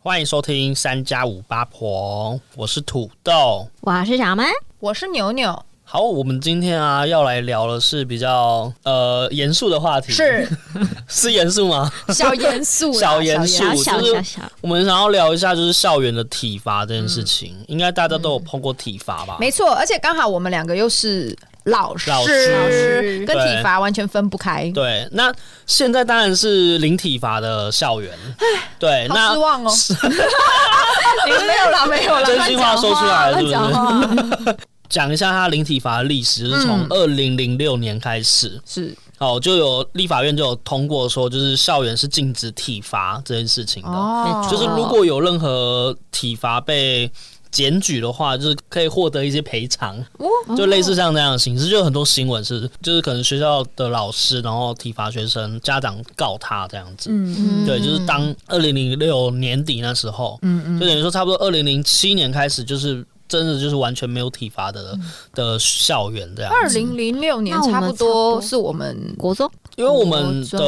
欢迎收听三加五八婆，我是土豆。我是 小曼，我是牛牛，好，我们今天啊要来聊的是比较呃严肃的话题， 是是严肃吗？小严肃啦，小严肃小小就是小小，我们想要聊一下就是校园的体罚这件事情，应该大家都有碰过体罚吧？没错，而且刚好我们两个又是老师，老师老师跟对体罚完全分不开，对，那现在当然是零体罚的校园，对，好那失望哦。 没有了，没有真心话说出来了，是不是？是？讲一下它零体罚的历史，就是从嗯二零零六年开始，是哦，就有立法院就有通过说，就是校园是禁止体罚这件事情的，哦就是如果有任何体罚被。检举的话，就是可以获得一些赔偿，哦哦就类似像那样的形式。就有很多新闻是，就是可能学校的老师，然后体罚学生，家长告他这样子。嗯对，就是当二零零六年底那时候，嗯嗯就等于说差不多二零零七年开始，就是真的就是完全没有体罚的、嗯的校园这样二子。零零六年那我们差不多差不多是我们国中因为我们国的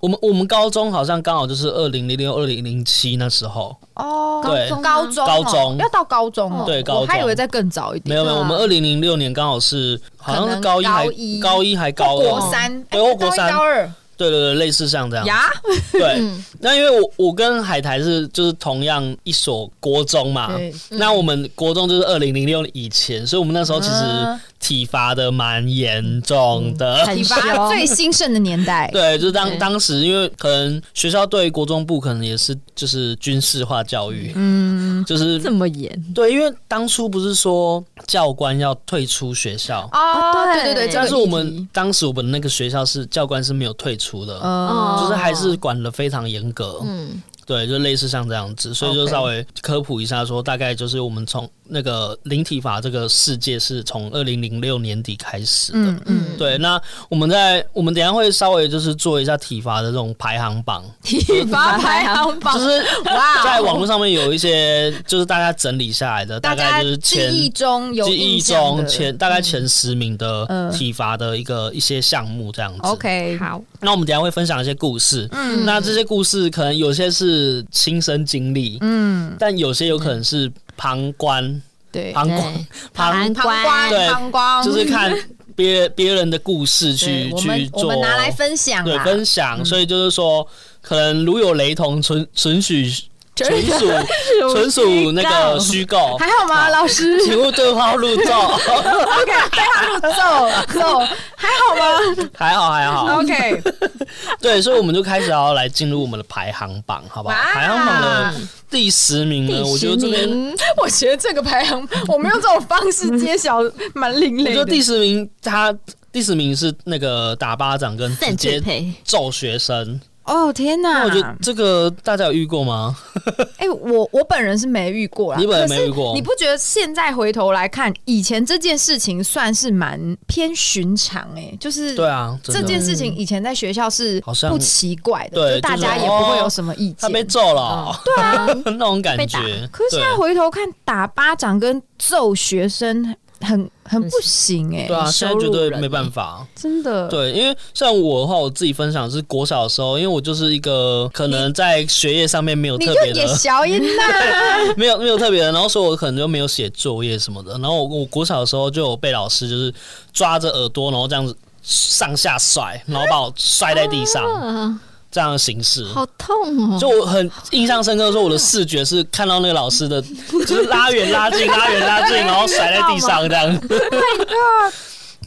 我们我们高中好像刚好就是二零零六、二零零七那时候，哦对中高中哦高中要到高中哦，对高中我还以为再更早一没点，有没有，对啊我们二零零六年刚好是好像可是能高一还高一高一还高或二，国三，对哎或国高一三高二对对对，类似像这样。呀，嗯对，嗯那因为我我跟海苔是就是同样一所国中嘛，对嗯那我们国中就是二零零六以前，所以我们那时候哦其实嗯体罚的蛮严重的。很体罚凶最兴盛的年代，对，就是当对当时，因为可能学校对国中部可能也是就是军事化教育，嗯就是这么严，对，因为当初不是说教官要退出学校，哦，对对对对，这个但是我议题们当时我们那个学校是教官是没有退出的，哦嗯就是还是管的非常严格。嗯，对，就类似像这样子，所以就 OK 稍微科普一下说大概就是我们从那个灵体法这个世界是从二零零六年底开始的。嗯嗯，对，那我们在我们等一下会稍微就是做一下体罚的这种排行榜， 体罚排行榜就是哇哦在网络上面有一些就是大家整理下来的，大大概家就是记前忆中有记印忆象的中前大概前十名的嗯体罚的一个一些项目这样子。 OK，好，那我们等一下会分享一些故事，嗯那这些故事可能有些是亲身经历，嗯，但有些有可能是旁观，对，旁观对，旁膀胱对膀胱就是看别别人的故事对去我去们我做，们拿来分享啊嗯对啦，分享。所以就是说，可能如有雷同，纯纯属纯属纯属那个虚构。 还好吗，老师请勿对号入座， ？OK，对他入 奏奏，还好吗还好还好。 ？OK，对，所以我们就开始要来进入我们的排行榜，好不好？哇排行榜的第十名呢，嗯我觉得这边， 我觉得这个排 行，我们用这种方式揭晓，蛮另我类觉的得。第十名他第十名是那个打巴掌跟直赞接助配，揍学生，哦天那哪！我觉得这个大家有遇过吗？哎、我我本人是没遇过啦，你本人可是没遇过你不觉得现在回头来看，以前这件事情算是蛮偏寻常哎、就是对啊，真这的件事情以前在学校是好像不奇怪的，对就大家就是也不会有什么意他见。被揍了哦、 对啊，那种感被打觉。可是现在对回头看，打巴掌跟揍学生很很不行哎、对啊，很现在羞绝辱对人没欸办法。真的。对，因为像我的话，我自己分享是国小的时候，因为我就是一个可能在学业上面没有你特就别也的，啊小 音呐，没有没有特别的，然后所以我可能就没有写作业什么的。然后我我国小的时候就有被老师就是抓着耳朵，然后这样子上下甩，然后把我摔在地上、啊这样的形式。好痛哦，就我很印象深刻的说，我的视觉是看到那个老师 的，就是拉远、拉近、拉远、拉近，然后甩在地上这样。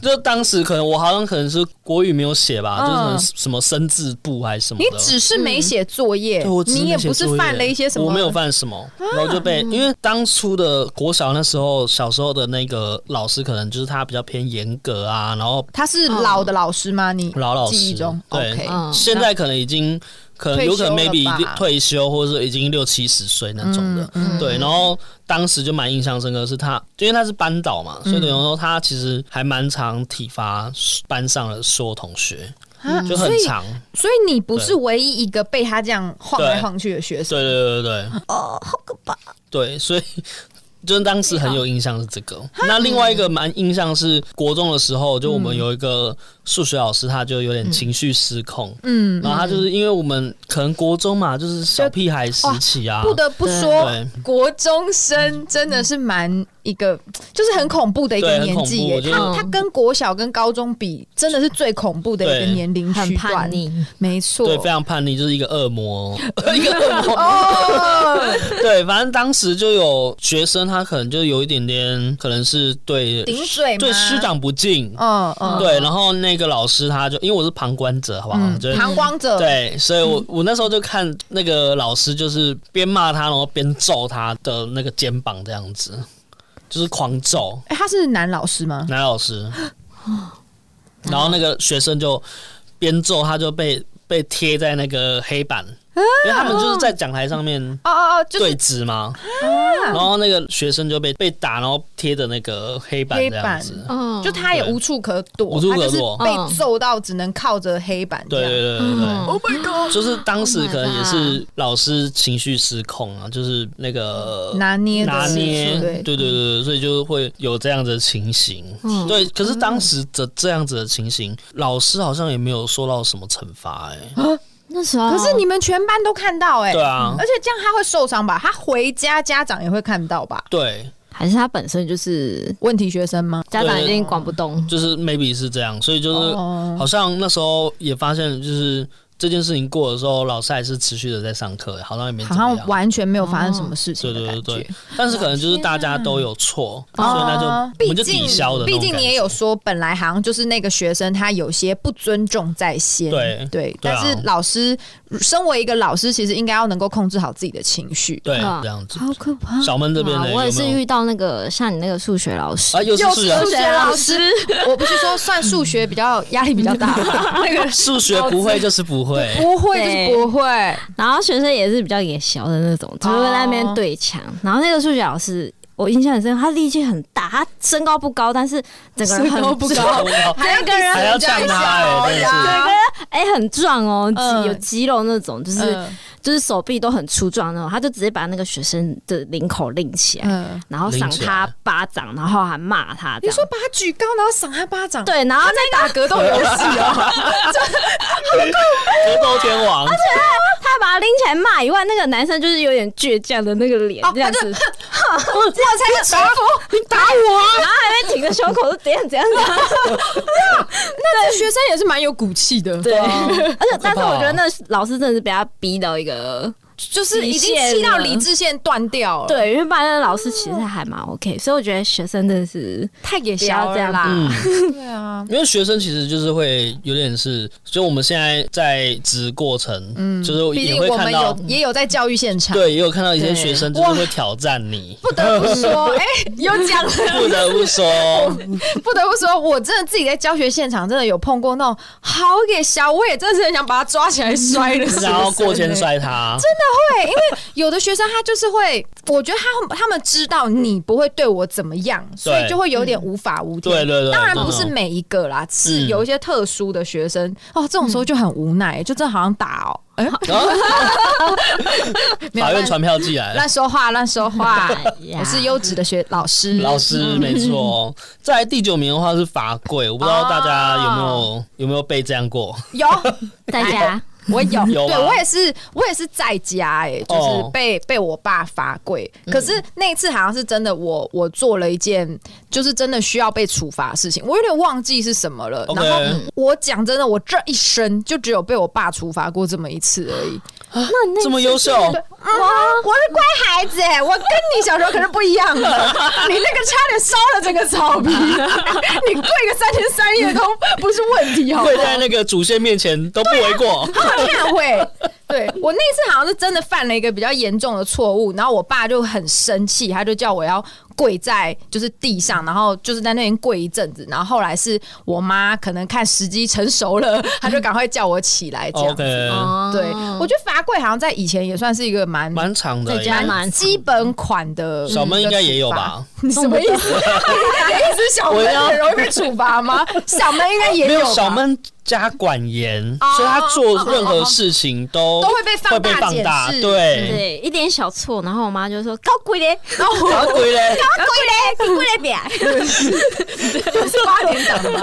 就当时可能我好像可能是国语没有写吧，嗯就是可能什么生字部还是什么你的。只是没写作业对，我只你也没写不是作业犯了一些什么，啊我没有犯什么，然后就被因为当初的国小那时候小时候的那个老师，可能就是他比较偏严格啊，然后他是老的老师吗？你嗯老老记师忆中对 OK，嗯现在可能已经可能有可能退休了 maybe 吧已经退休，或者是已经六七十岁那种的，嗯嗯对。然后当时就蛮印象深刻，是他因为他是班导嗯嘛，所以等于说他其实还蛮常体罚班上的所有同学，啊就很所以长。所以你不是唯一一个被他这样晃来晃去的学生。对对对对对，哦，好可怕。对，所以。 就是当时很有印象是这个，那另外一个蛮印象是国中的时候，就我们有一个数学老师他就有点情绪失控。嗯，然后他就是因为我们可能国中嘛，就是小屁孩时期啊，不得不说，对国中生真的是蛮一个，就是很恐怖的一对个很年恐纪怖耶。我觉得嗯他他跟国小跟高中比，真的是最恐怖的一个对年龄很区段叛。逆，没对，非错。常叛逆，就是一个恶魔， 一个恶魔。 哦，对，反正当时就有学生，他可能就有一点点，可能是对顶嘴吗对师。长不敬。嗯嗯，对，然后那个老师他就因为我是旁观者，好不好？嗯就是膀胱者，对，所以嗯我我那时候就看那个老师，就是边骂他，然后边揍他的那个肩膀，这样子，就是狂揍哎，他是男老师吗？男老师。哦然后那个学生就边揍他，就被被贴在那个黑板，因为他们就是在讲台上面哦哦哦，就是啊对峙嘛。然后那个学生就被被打，然后贴着那个黑板黑这样板子。嗯，就他也对无处可躲，无处他可就是躲被揍到只能靠着黑板这对样。对对 Oh 对对。嗯 my god！就是当时 Oh my 可能也是老师情绪失控啊，就是那个拿捏的拿捏，对对对对，所以就会有这样子的情形。嗯对，可是当时的这样子的情形，老师好像也没有受到什么惩罚，嗯哎，那时候，啊可是你们全班都看到哎、对啊而，且这样他会受伤吧？他回家家长也会看到吧？对，还是他本身就是问题学生吗？家长一定管不动，就是 maybe 是这样，所以就是哦好像那时候也发现，就是这件事情过的时候，老师还是持续的在上课，好像也没好怎么像样。完全没有发生什么事情对的对感觉。对对，但是可能就是大家都有错，所以哦那就我们就抵消的那毕种竟你感也觉有说，本来好像就是那个学生他有些不尊重在先，对对。对但啊是老师，身为一个老师，其实应该要能够控制好自己的情绪。对啊这样子。好可怕小闷这边呢，啊我也是有没有遇到那个像你那个数学老师啊，，又是又数学是数学老师，我不是说算数学比较压力比较大， 那个数学不会就是不会， 不会就是不会，然后学生也是比较野小的那种，哦就会在那边对墙。然后那个数学老师，我印象很深，他力气很大，他身高不高，但是整个人很身高不壮高还有一个人还要呛他哎真的是整个人哎、很壮哦，肌嗯有肌肉那种，就是、嗯就是手臂都很粗壮那种。他就直接把那个学生的领口拎起来，嗯，然后赏拎起他来巴掌，然后还骂他这你样。说把他举高，然后赏他巴掌，对，然后那打格斗游戏哦，格斗天王，他把他拎起来骂以外，那个男生就是有点倔强的那个脸哦，这样他子，就然 我才是打服，你打我啊！后还会挺着胸口说怎样怎样怎样。 那这学生也是蛮有骨气的，对，而且但好可是怕哦我觉得那老师真的是被他逼到一个就是已经气到理智线断掉了，，对，因为不然那老师其实还蛮 OK，所以我觉得学生真的是太给不要削这样了啦，嗯，对啊，因为学生其实就是会有点是，就我们现在在职过程，嗯，就是毕也竟会我看们到有，也有在教育现场，对，也有看到一些对学生就是会挑战你，不得不 说，哎，有讲了。不得不说，不得不说，我真的自己在教学现场真的有碰过那种好给削，我也真的是很想把他抓起来摔的学生欸。然后过肩摔他，对，因为有的学生他就是会，我觉得他他们知道你不会对我怎么样，所以就会有点无法无天。对对对，当然不是嗯每一个啦，是有一些特殊的学生哦，这种时候就很无嗯奈，就真的好像打哦，哎，然后没有法院乱传票寄来了乱。说话，乱说 话哎，呀我是优质的学老师，老师没错，再来第九名的话是罚跪，我不知道大家有没有有没有被这样过？有在家我有， 有对吗我也是，我也是在家哎、就是哦嗯被、被我爸罚跪。可是那一次好像是真的我，我做了一件就是真的需要被处罚的事情，我有点忘记是什么了。 OK 然后我讲真的，我这一生就只有被我爸处罚过这么一次而已。那那这么优秀，啊我是乖孩子哎、我跟你小时候可是不一样的，你那个 差点烧了整个草皮，你跪个三天三夜都不是问题，好不跪好在？那个祖先面前都不为过。很忏悔。 对我那一次好像是真的犯了一个比较严重的错误，然后我爸就很生气，他就叫我要跪在就是地上，然后就是在那边跪一阵子。然后后来是我妈可能看时机成熟了，她就赶快叫我起来这样哦 OK，子。哦对，我觉得罚跪好像在以前也算是一个蛮蛮长的在家耶。蛮基本款的。小闷应该也有吧？ 你什么意思？你的意思 小我门要很容易被处罚吗？小门应该也没有有吧小闷加管严，哦所以他做任何事情都都会被放会被大放检大。视对，对一点小错，然后我妈就说高贵 嘞，然后然 后鬼嘞， 高贵嘞，你贵嘞别，我是八点档吗？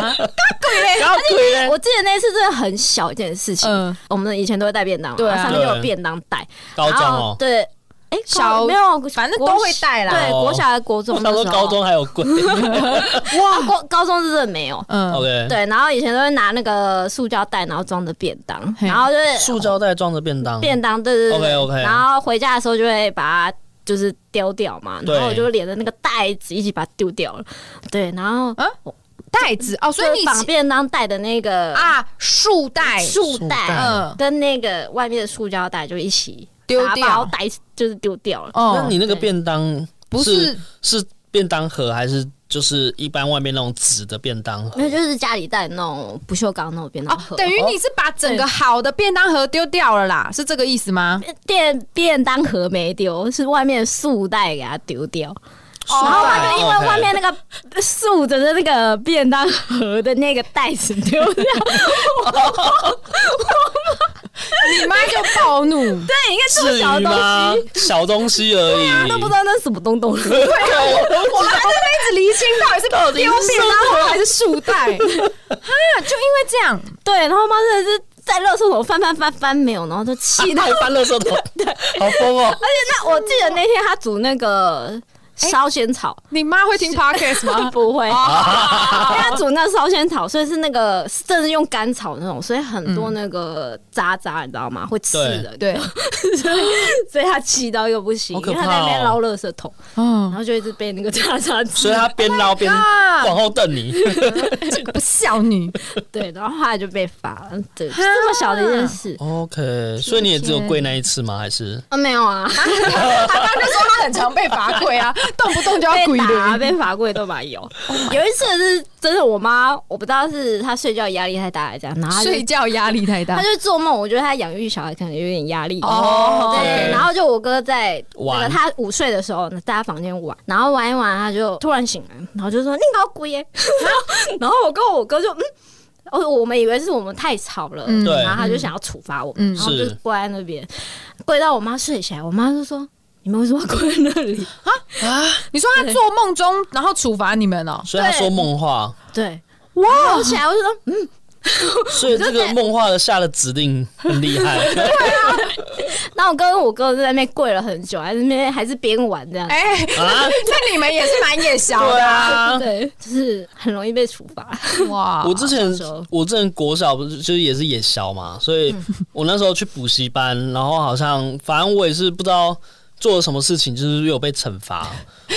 然后鬼嘞 我，记得那次真的很小一件事情，嗯我们以前都会带便当嘛，对啊上面就有便当袋，高中然后哦，对，哎、小高没有，反正都会带啦对，哦国小、国中我的时候，啊想说高中还有 鬼嗯哇，高啊高中是真的没有。嗯， ，OK，，对，然后以前都会拿那个塑胶袋，然后装着便当，嘿然后就是塑胶袋装着便当，便当，对对对 OK，OK 然后回家的时候就会把它就是丢掉嘛，对然后我就连着那个袋子一起把它丢掉了。对，然后袋子哦，所就以是你绑便当袋的那个啊，束带束束带带嗯跟那个外面的塑胶袋就一起丢打包掉袋就是丢掉了。哦那你那个对便当不是是是便当盒还是就是一般外面那种纸的便当盒没？有，就是家里带的那种不锈钢那种便当哦盒，，等于你是把整个好的便当盒丢掉了啦，是这个意思吗？便便当盒没丢，是外面塑袋给它丢掉。塑然后外袋面因为哦 OK 外面那个竖着的那个便当盒的那个袋子丢 掉，你妈就暴怒，对，你看这至么小于的东吗嗯西，？啊小东西而已，大家 都不知道那是什么东东。我们还在那边一直厘清到底是到底是丢便当盒还是束带啊？就因为这样，对，然后妈真的是在垃圾桶翻翻翻翻没有，然后就气 到。太翻垃圾桶， 好疯哦！而且那我记得那天他煮那个哎烧仙草，？你妈会听 podcast 吗不会，因为他煮那个烧仙草，所以是那个甚至用甘草那种，所以很多那个渣渣，你知道吗？会刺的，对， 所以他气到又不行，好因可为怕他哦在那边捞垃圾桶，然嗯，后就一直被那个渣渣刺。 所以他边捞边 Oh God 往后瞪你，这个不孝女，对，然后后来就被罚了，对，就这么小的一件事。 OK，所以你也只有跪那一次吗？还是啊，没有啊，她刚就说她很常被罚跪啊，动不动就要被跪打、的。被罚跪都蛮有。有一次是真的，我妈我不知道是她睡觉压力太大还是怎样，然后她就睡觉压力太她大就做梦，我觉得她养育小孩可能有点压力。哦对， OK 然后就我哥在那个玩他午睡的时候，在他房间玩，然后玩一玩，他就突然醒来，然后就说：“你搞鬼耶！” 然后我跟我哥就嗯。哦，我们以为是我们太吵了，嗯对然后他就想要处罚我们，嗯然后就是跪在那边，跪到我妈睡起来，我妈就说：“你们为什么要跪在那里啊！你说她做梦中，然后处罚你们哦？所以他说梦话，？”对，哇，我起来我就说：“嗯，所以这个梦话的下的指令很厉害。然后我跟我哥在那边跪了很久，还是那边还是边玩这样， 哎，啊那你们也是蛮夜宵对的啊，对，就是很容易被处罚。哇我之前小时候我之前国小不是就是也是夜宵嘛，所以嗯我那时候去补习班，然后好像反正我也是不知道做了什么事情，就是有被惩罚，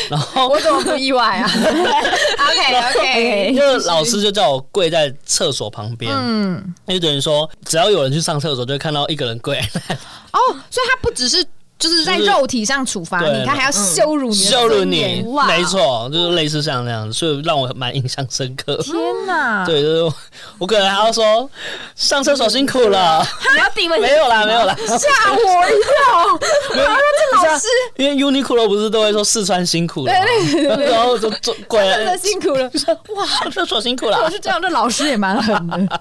然后 我怎么不意外 啊？OK OK，因为老师就叫我跪在厕所旁边，嗯，那就等于说只要有人去上厕所，就会看到一个人跪，哦，所以他不只是就是在就是肉体上处罚对嗯你，他还要羞辱 你的羞辱尊你严，哇，没，错，就是类似像那样，所以让我蛮印象深刻。天哪，对，就是我我可能还要说上厕所辛苦了，你要定位没有啦，没有啦，吓我一跳， 没有。啊这老师因为 Uniqlo 不是都会说四川辛苦了吗， 然后就做过真的来辛苦了，啊上厕所辛苦如果了。是这样，这老师也蛮 狠的，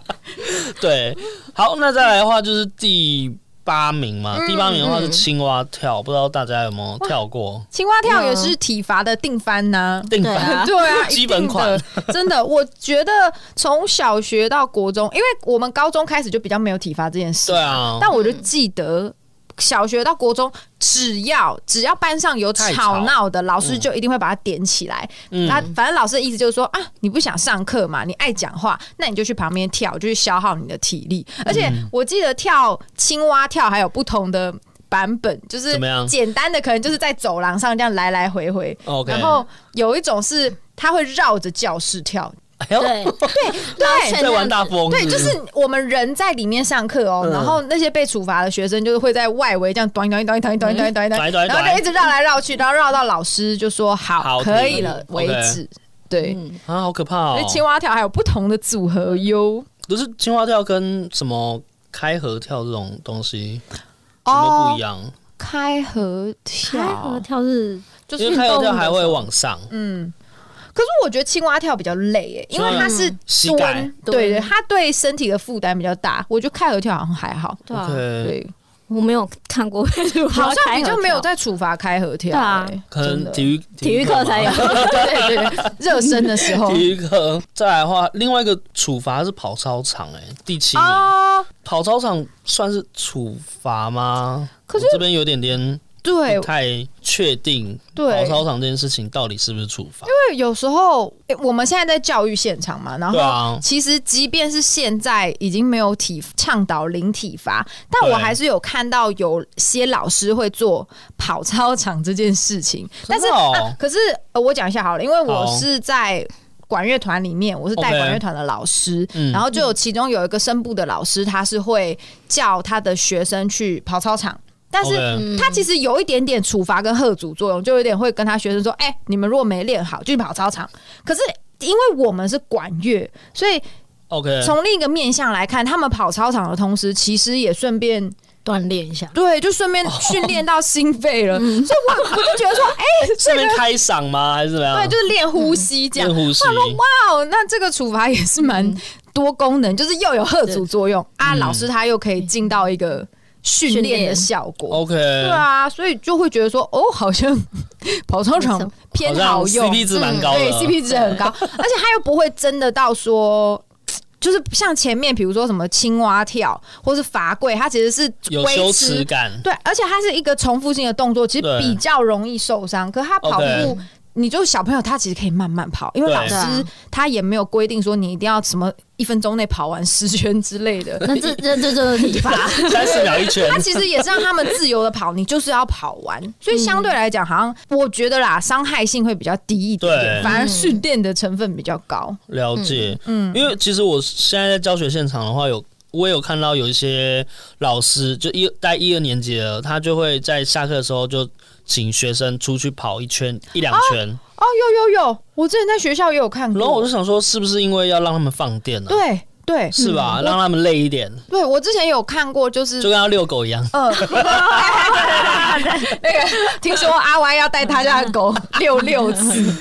对，好，那再来的话就是第八名嘛，第八名的话是嗯青蛙跳，不知道大家有没有跳过青蛙跳也是体罚的定番呐。定对版？啊 对啊， 基本款一定的，真的，我觉得从小学到国中，因为我们高中开始就比较没有体罚这件事对，啊，但我就记得。小学到国中，只要只要班上有太吵吵嗯闹的，老师就一定会把他点起来。他、反正老师的意思就是说啊，你不想上课嘛，你爱讲话，那你就去旁边跳，就去消耗你的体力。嗯而且我记得跳青蛙跳还有不同的版本，就是怎么样简单的可能就是在走廊上这样来来回回， OK，然后有一种是他会绕着教室跳，哎呦对 对在玩大富翁，对，不就是我们人在里面上课哦，哦嗯然后那些被处罚的学生就是会在外围这样短短短短短短短短，短短然后就一直绕来绕去，然后绕到老师就说好好可可以以了为 OK 止。对，嗯啊，好可怕所哦以！哎青蛙跳还有不同的组合哟。不是青蛙跳跟什么开合跳这种东西有没有不哦一，样？开合开合跳跳是就因是为开运合动跳的还会时候往上，嗯。可是我觉得青蛙跳比较累诶，因啊为它是膝盖嗯蹲，对对，蹲它对身体的负担比较大。我觉得开合跳好像还好，对啊，对，对，我没有看过好像比较没有在在处罚开合跳、对啊欸可能真的体育体育课才有嘛。对对对，热身 的时候体育课，再来的话，另外一个处罚是跑操场、哎，第七名，啊，跑操场算是处罚吗？可是我这边有点点对不太确定，对跑操场这件事情到底是不是处罚？对，有时候、诶我们现在在教育现场嘛，然对后。啊，其实，即便是现在已经没有体倡导零体罚，但我对还是有看到有些老师会做跑操场这件事情。但是，真的哦啊可是、呃我讲一下好了，因为我好是在管乐团里面，我是带 OK 管乐团的老师，哦嗯然后就有其中有一个声部的老师，他是会叫他的学生去跑操场，但是 OK 他其实有一点点处罚跟贺阻作用，就有点会跟他学生说：“哎、你们如果没练好，就去跑操场。”可是因为我们是管乐，所以 OK，嗯从另一个面向来看，他们跑操场的同时，其实也顺便锻炼一下。对，就顺便训练到心肺了。所以我我就觉得说，哎、顺便开嗓吗？还是怎么样？对，就是练呼吸这样。练呼吸。哇哦，那这个处罚也是蛮多功能，就是又有贺阻作用啊，嗯老师他又可以进到一个训练的效果。 OK，对对，啊，所以就会觉得说，哦，好像 跑操场偏好好像用，嗯 CP 值蛮高的。对 CP 值很高，而且他又不会真的到说。就是像前面，比如说什么青蛙跳，或是罚跪，它其实是有维羞持耻感。对，而且它是一个重复性的动作，其实对比较容易受伤。可是他跑步 OK 你就小朋友他其实可以慢慢跑，因哦为对老师他也没有规定说你一定要什么一分钟内跑完十圈之 类的。那这这这就是体罚，三十秒一圈 他，其实也是让他们自由的跑，你就是要跑完，嗯所以相对来讲，好像我觉得啦，伤害性会比较低一点点，对反而训练的成分比较高。了解。嗯，因为其实我现在在教学现场的话，有我也有看到有一些老师，就一带一二年级的，他就会在下课的时候就请学生出去跑一圈一两圈，哦，有有有，我之前在学校也有看然后我过就，想说，是不是因为要让他们放电呢、啊？对对是吧？嗯让他们累一点，对，我之前有看过，就是就跟他遛狗一 样。呃，那个听说阿 Y 要带他家的 狗遛六次，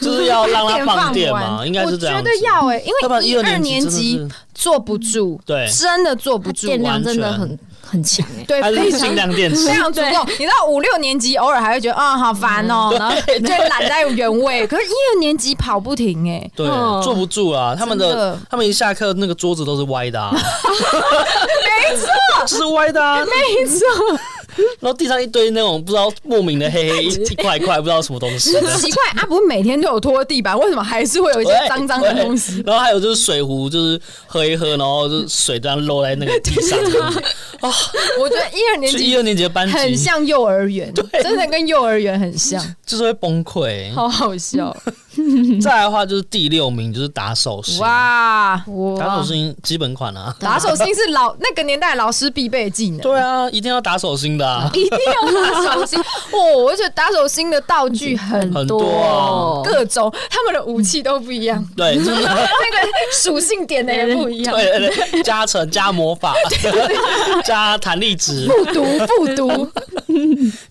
就是要哦让它放电 嘛，完应该是这样我子觉得。要哎、要因不为然一一二二年年级级真的是坐不住，对真的坐不它住，电量真的完全很很强哎。对，它非是常轻量电池非，常主动。你知道五六年级偶尔还会觉得啊、好烦哦、嗯然后就懒在原位。可是一二年级跑不停哎、对哦，坐不住啊。他们真的的他们一下课那个桌子都是歪 的，啊，没错，就是歪的，啊，没错。然后地上一堆那种不知道莫名的黑黑一一块一块不知道什么东西的，奇怪，啊，不是每天都有拖地板，为什么还是会有一些脏脏的东西对？对然后还有就是水壶，就是喝一喝，然后就是水这样漏在那个地上。我觉得一 二年就一级二年级的班很级像幼儿园，对真的跟幼儿园很像，就是会崩溃。好好笑再来的话就是第六名就是打手心，哇！打哇手，心基本款啊。打手心是老那个年代老师必备技能，对啊，一定要打手心的、啊。一定要打手心哦！我觉得打手心的道具很 很多，多啊各种他们的武器都不一样，对，就是那个属性点的也不一样。 对对对，加成加魔法， 加弹力值。复读复读，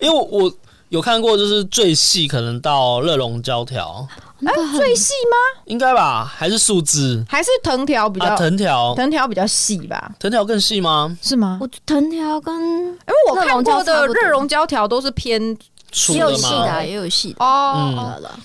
因为我我有看过，就是最细可能到热熔胶条，哎，最细吗？应该吧？还是树枝还是藤条比较啊？藤条，藤条比较细吧？藤条更细吗？是吗？我藤条跟因为我看过热熔胶差的不多热熔胶条都是偏粗也有的细的吗啊，？也有细的。哦嗯，了，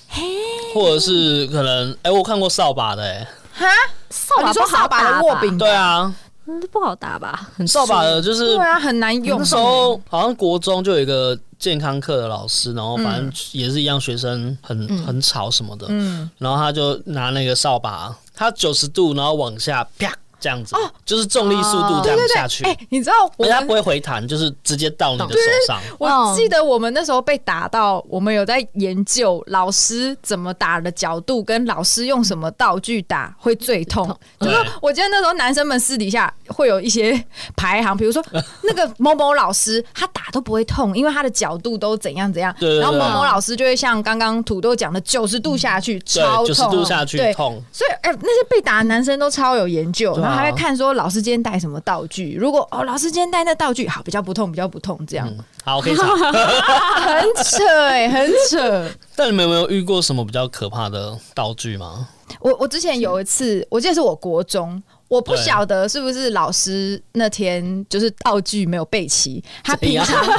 或者是可能？哎、我看过扫把的、哎，哈，扫哦把你不说好扫把打的吧握柄，对啊，嗯不好打吧？很扫把的就是对啊，很难用。那时候好像国中就有一个健康课的老师，然后反正也是一样，学生很、很吵什么的，嗯，然后他就拿那个扫把，他九十度，然后往下啪这样子，哦就是重力速度这样下去，哎，你知道而我且他们不会回弹，就是直接到你的手上。我记得我们那时候被打到，我们有在研究老师怎么打的角度，跟老师用什么道具打会最痛。就是对我记得那时候男生们私底下会有一些排行，比如说那个某某老师他打都不会痛，因为他的角度都怎样怎样。对对对然后某某老师就会像刚刚土豆讲的，九十度下去超对，九十痛，啊度下去对。痛，所以，哎、那些被打的男生都超有研究，对啊然后还会看说老师今天带什么道具。如果哦，老师今天带那道具，好，比较不痛，比较不痛，这样。嗯，好， 可以查。很扯哎、很扯。但你们有没有遇过什么比较可怕的道具吗？我我之前有一次，我记得是我国中，我不对晓得是不是老师那天就是道具没有备齐，他怎平样常 对他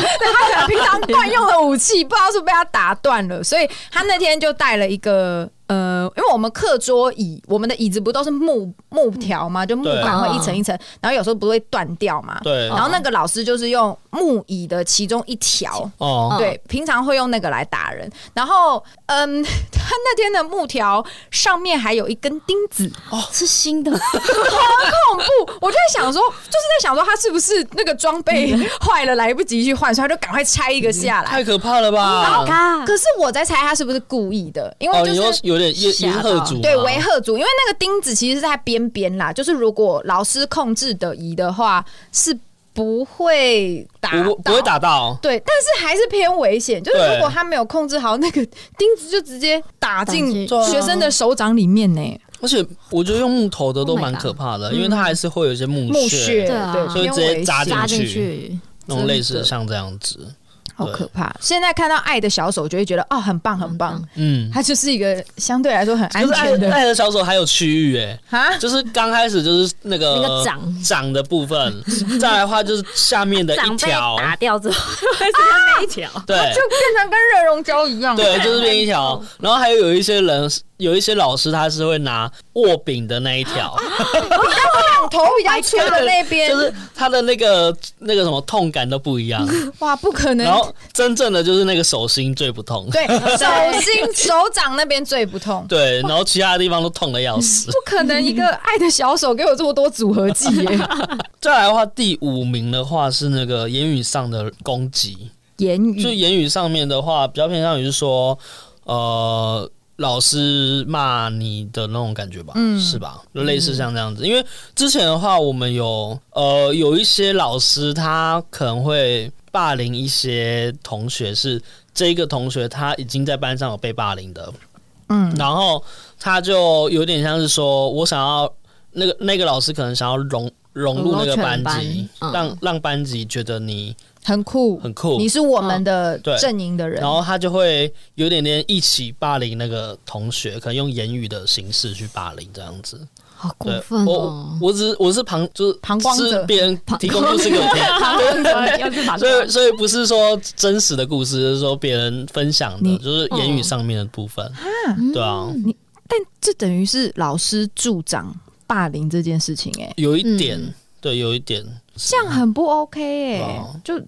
可能平常惯用的武器，不知道是不是被他打断了，所以他那天就带了一个。呃，因为我们课桌椅，我们的椅子不都是木木条吗？就木对板会一层一层，然后有时候不会断掉嘛。对然后那个老师就是用木椅的其中一条，哦，对，平常会用那个来打人。然后，嗯， 他那天的木条上面还有一根钉子，哦是新的，恐怖！我就在想说，就是在想说他是不是那个装备坏了，来不及去换，所以他就赶快拆一个下来。太可怕了吧！嘎可是我在猜他是不是故意的，因哦，为你就说是。有点夜吓迎到合族嘛，对维赫族，因为那个钉子其实是在边边啦，就是如果老师控制得宜的话，是不会打不不会到打到，对，但是还是偏危险。就是对如果他没有控制好那个钉子，就直接打打进进去学生的手掌里面呢、而且我觉得用木头的都 Oh my 蛮 god 可怕的，因为它还是会有一些木木屑屑，对啊对，嗯所以偏直接危扎险扎进进去去，那种类真似的像这样子，好对可怕。现在看到爱的小手，就会觉得哦，很棒，很棒。嗯。它就是一个相对来说很安可是爱全的爱的小手还有区域 哎、啊，就是刚开始就是那个那个掌掌的部 分，再来的话就是下面的呃一长辈条，打哦掉之后，会剩下那一条。对就变成跟热熔胶一样。对，就是变一条。哦然后还有有一些人，有一些老师他是会拿握柄的那一条，哦两头比较粗的那边就，是他的那个那个什么痛感都不一 样。哇，不可然能。后真正的就是那个手心最不痛， 对，手心、手掌那边最不痛。对，然后其他地方都痛的要死哦不。可能一个爱的小手给我这么多组合技耶！再来的话，第五名的话是那个言语上的攻击，言就嗯语言语上面的话，比较偏向于是说，呃，老师骂你的那种感觉吧，嗯是吧？就类似像这嗯样子，因为之前的话，我们有呃有一些老师他可能会霸凌一些同学是，这个同学他已经在班上有被霸凌的，嗯，然后他就有点像是说我想要那个那个老师可能想要融。融入那个融入班全级，班嗯让让班级觉得你很酷，很酷，你是我们的对阵营的人然，后他就会有点点一起霸凌那个同学，可能用言语的形式去霸凌这样子。好过对，分我哦！我只是我是旁就是旁观者是别人哦提供故事 给我听，要去把所以所以不是说真实的故事，就是说别人分享的，你哦就是言语上面的部分。对啊，这等于是老师助长霸凌这件事情、欸，哎，有一点，嗯对，有一点这样很不 OK 哎、对啊就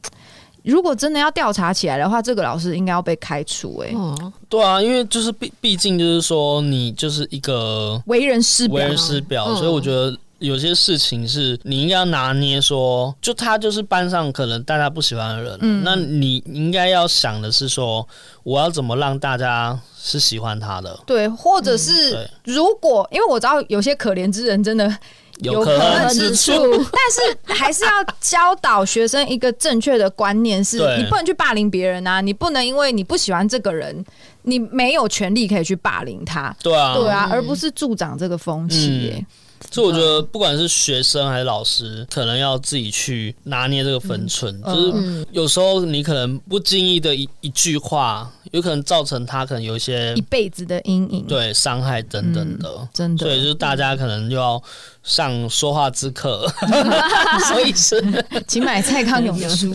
如果真的要调查起来的话，这个老师应该要被开除哎、哦，对啊，因为就是毕毕竟就是说你就是一个为人师为表人师表，嗯所以我觉得有些事情是你应该要拿捏说就他就是班上可能大家不喜欢的人，嗯那你应该要想的是说，我要怎么让大家是喜欢他的，对，或者是嗯对如果、因为我知道有些可怜之人真的有可可恨恨之处， 但是还是要教导学生一个正确的观念是，对你不能去霸凌别人啊，你不能因为你不喜欢这个人，你没有权利可以去霸凌他。对啊，对啊，嗯而不是助长这个风气、欸。所以我觉得不管是学生还是老师，可能要自己去拿捏这个分寸，嗯就是嗯，有时候你可能不经意的一一句话，有可能造成他可能有一些一辈子的阴影。，嗯对伤害等等的。真所以 的，就是大家可能就要上说话之 课，所以是，请买蔡康永的书。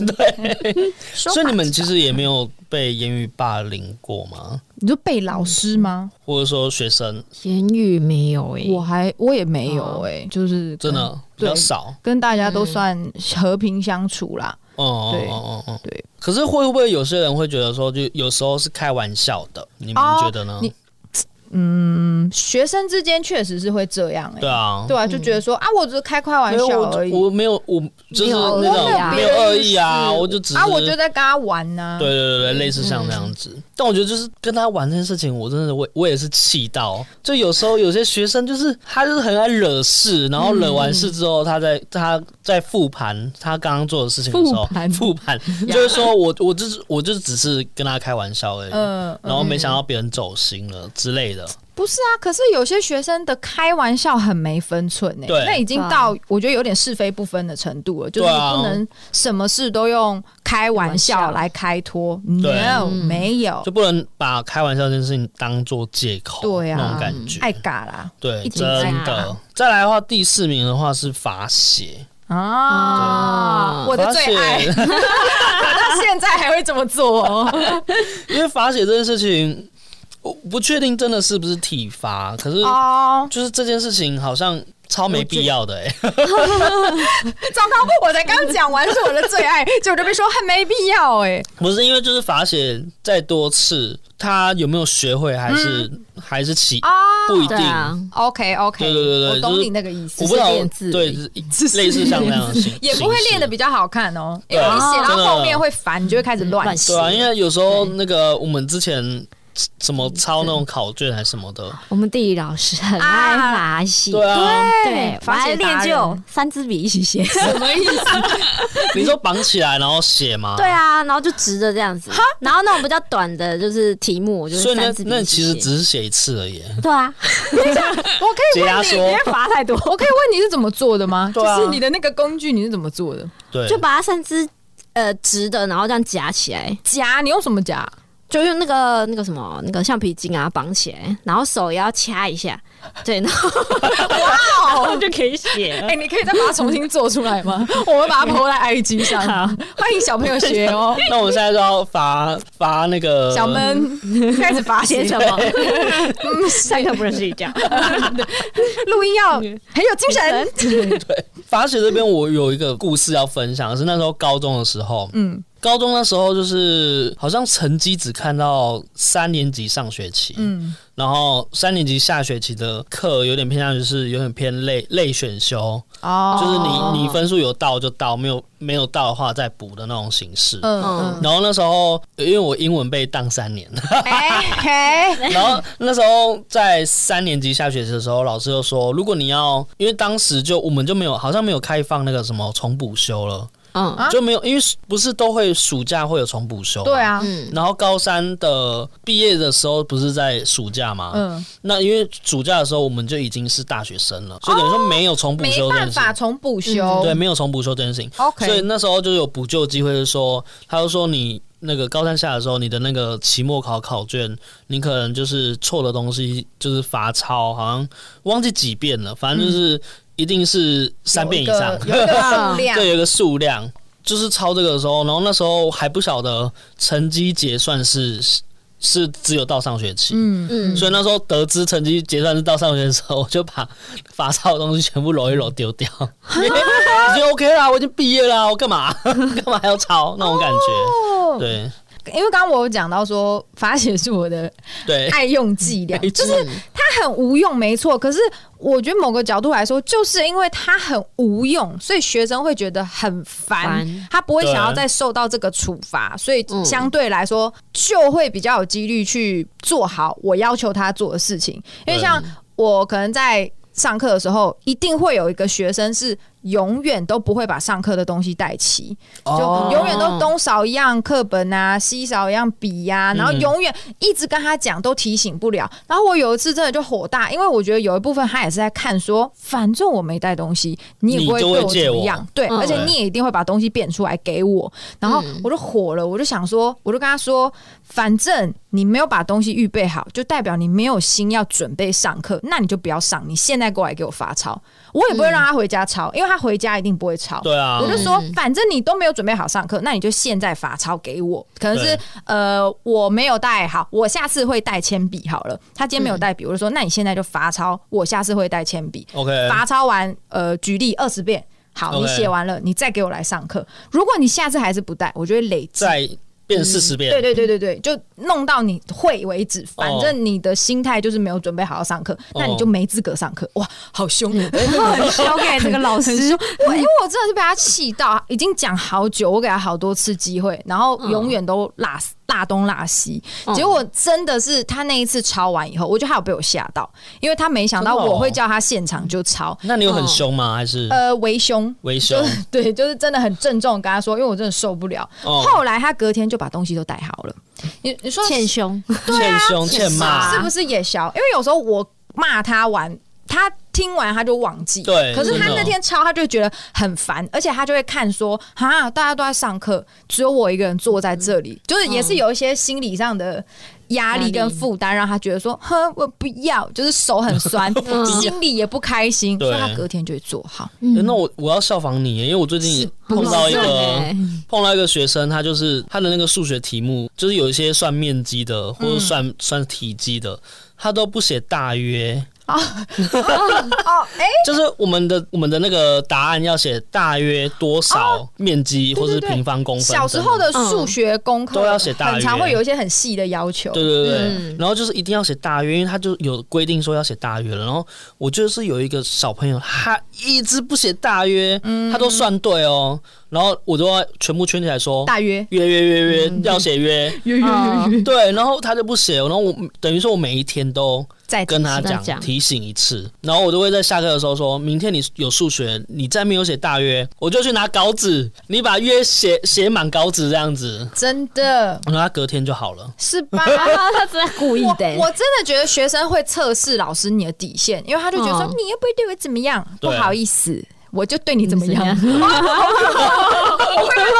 所以你们其实也没有被言语霸凌过吗？你就被老师吗？或者说学生言语没有诶，我还我也没有哎、就是哦真跟的比较对少？跟大家都算和平相处啦。哦哦对哦哦，对。可是会不会有些人会觉得说，就有时候是开玩笑的？你们哦觉得呢？你嗯，学生之间确实是会这样哎、对啊，对啊，就觉得说、啊，我只是开开玩没有笑而已我，我没有，我就是那我没我有种恶意啊没有恶意啊，我就只是啊，我就在跟他玩呐、对对对对，类似像这样嗯子。但我觉得就是跟他玩这件事情，我真的我我也是气到，就有时候有些学生就是他就是很爱惹事，然后惹完事之嗯后，他在他在复盘他刚刚做的事情的时候复，盘复 盘就是说我我就是我就只是跟他开玩笑而已。嗯，嗯然后没想到别人走心了之类的，不是啊，可是有些学生的开玩笑很没分寸呢、对那已经到我觉得有点是非不分的程度了，就是对啊你不能什么事都用开玩笑来开脱对，no，嗯没有就，不能把开玩笑这件事情当做借口，对啊那种感觉，爱嘎啦对，一真直在的啊。再来的话，第四名的话是罚写，啊，对我的罚最爱， 写，我到现在还会这么 做哦。因为罚写这件事情，我不确定真的是不是体罚，可是哦，就是这件事情好像超没必要的哎、糟糕，我才刚讲完是我的最爱， 结果就被说很没必要哎。不是因为就是罚写再多次，他有没有学会还是、还是起、啊不一定。嗯哦对啊， ，OK OK，对对对对我懂就是你那个意思我。不知道只是练，字对，只是 类似像那样的形，也不会形式练的比较好看哦，因为对你写真到的后面会烦，你就会开始乱乱写写。对啊，因为有时候那个我们之前什么抄那种考卷还是什么 的，我们地理老师很爱罚写，对啊，对，我罚还写达练人就三支笔一起写，什么 意思？你说绑起来然后写吗？对。啊，然后就直着这样子，然后那种比较短的，就是题目，我就是所以那三支笔那一其起实写。只是写一次而已，对啊，我可以解问压你，缩，罚太多，我可以问你是怎么做的吗？对啊就是你的那个工具你是怎么做的？对，就把它三支呃直的，然后这样夹起来，夹，你用什么夹？就用那个那个什么那个橡皮筋啊绑起来，然后手也要掐 一下，对，然后哇哦就可以写嗯哎、。你可以再把它重新做出 来吗？我们把它 PO 在 IG 上，欢迎小朋友学哦。 那我们现在就要罚罚那个小闷开始罚写写什什么？么？上课不能睡觉。录音要嗯很有精神。罚写这边，我有一个故事要分享，是那时候高中的时候，嗯高中那时候就是好像成绩只看到三年级上学期，嗯，然后三年级下学期的课有点偏向于是有点偏类类选修，哦就是你你分数有到就到，没有没有到的话再补的那种形式。嗯嗯嗯，然后那时候，因为我英文被当三年，哎 嘿，然后那时候在三年级下学期的时候，老师就说，如果你要，因为当时就我们就没有，好像没有开放那个什么重补修了，嗯啊就没有，因为不是都会暑假会有重补修，对。啊，嗯，然后高三的毕业的时候不是在暑假嘛？嗯，那因为暑假的时候我们就已经是大学生了，所以等于说没有重补哦没修这件办事法哦情，重补修。对，没有重补修这件事情。 OK，所以那时候就有补救机会，是说，他就说你那个高三下的时候，你的那个期末考考卷，你可能就是错的东西就是罚抄，好像忘记几遍了，反正就是一定是三遍以上，嗯有一个有一个数量，对，有一个数量。 就是抄这个的时候，然后那时候还不晓得成绩结算是是只有到上学期，嗯嗯所以那时候得知成绩结算是到上学的时候，我就把罚抄的东西全部揉一揉丢掉， 因为已经 OK 啦，我已经毕业啦，我干嘛 干嘛还要抄那种感觉？哦，对因为刚刚我有讲到说，罚写是我的对，爱用伎俩，没哎就错是它很无用，没错。可是我觉得某个角度来说，就是因为它很无用，所以学生会觉得很烦烦，他不会对想要再受到这个处罚，所以嗯相对来说就会比较有几率去做好我要求他做的事情。因为像我可能在上课的时候，一定会有一个学生是永远都不会把上课的东西带齐。就永远都东少一样课本啊，西少一样笔呀、然后嗯嗯永远一直跟他讲都提醒不了。然后我有一次真的就火大，因为我觉得有一部分他也是在看说，反正我没带东西，你也不你会就对会我借怎我么样，对，嗯而且你也一定会把东西变出来给我。然后嗯我就火了，我就想说，我就跟他说，反正你没有把东西预备好，就代表你没有心要准备上课，那你就不要上，你现在过来给我发抄，我也不嗯会让他回家抄，因为他回家一定不会抄。对啊我，就说，反正你都没有准备好上课，那你就现在罚抄给我。可能是对呃，我没有带好，我下次会带铅笔好了。他今天没有带笔，我就说，那你现在就罚抄，我下次会带铅笔。 OK，罚抄完，呃，举例二十遍，好 OK 你写完了，你再给我来上课。如果你下次还是不带，我就会累积。再变四十遍，嗯对对对对对，就弄到你会为止。反哦正你的心态就是没有准备好要上课，那你哦就没资格上课。哇，好凶！哦 很凶给这个老师，我因为我真的是被他气到，已经讲好久，我给他好多次机会，然后永远都落辣东辣西，嗯结果真的是他那一次抄完以后，我觉得他有被我吓到，因为他没想到真的哦我会叫他现场就抄，那你有很凶吗？还是嗯呃，为凶。微凶就？是对，就是真的很郑重地跟他说，因为我真的受不了。哦，后来他隔天就把东西都带好了。你你说 欠凶，啊欠凶欠骂，是不是也消？因为有时候我骂他完，他听完他就忘记。对可是他真的那天抄，他就觉得很烦，而且他就会看说，哈，大家都在上课，只有我一个人坐在这嗯里，就是也是有一些心理上的。压力跟负担让他觉得说，哼，我不要，就是手 很酸，嗯心里也不开心，对所以他隔天就会做好。欸嗯那我我要效仿你耶，因为我最近也碰到一很个赞欸碰到一个学生，他就是他的那个数学题目，就是有一些算面积的或者嗯算、算体积的，他都不写大约，哦，哎，就是我们的我们的那个答案要写大约多少面积或是哦对对平方公分等小等。时候的数学功课都要写大很常约会有一些很细的要求。对对对，嗯然后就是一定要写大约，因为他就有规定说要写大约了。然后我就是有一个小朋友，他一直不写大约，嗯他都算对哦，然后我都要全部圈起来说大嗯约约约约约、要写约，约嗯对，然后他就不写，然后我等于说我每一天都再跟他提醒讲他讲提醒一次，然后我都会在下课的时候说，明天你有数学，你再没有写大约，我就去拿稿纸，你把约写写满稿纸这样子，真的然后他隔天就好了。是 吧？他真的故意的欸我我真的觉得学生会测试老师你的底线，因为他就觉得说、嗯你又不会对我怎么样，不对啊好意思，我就对你怎么样。 哦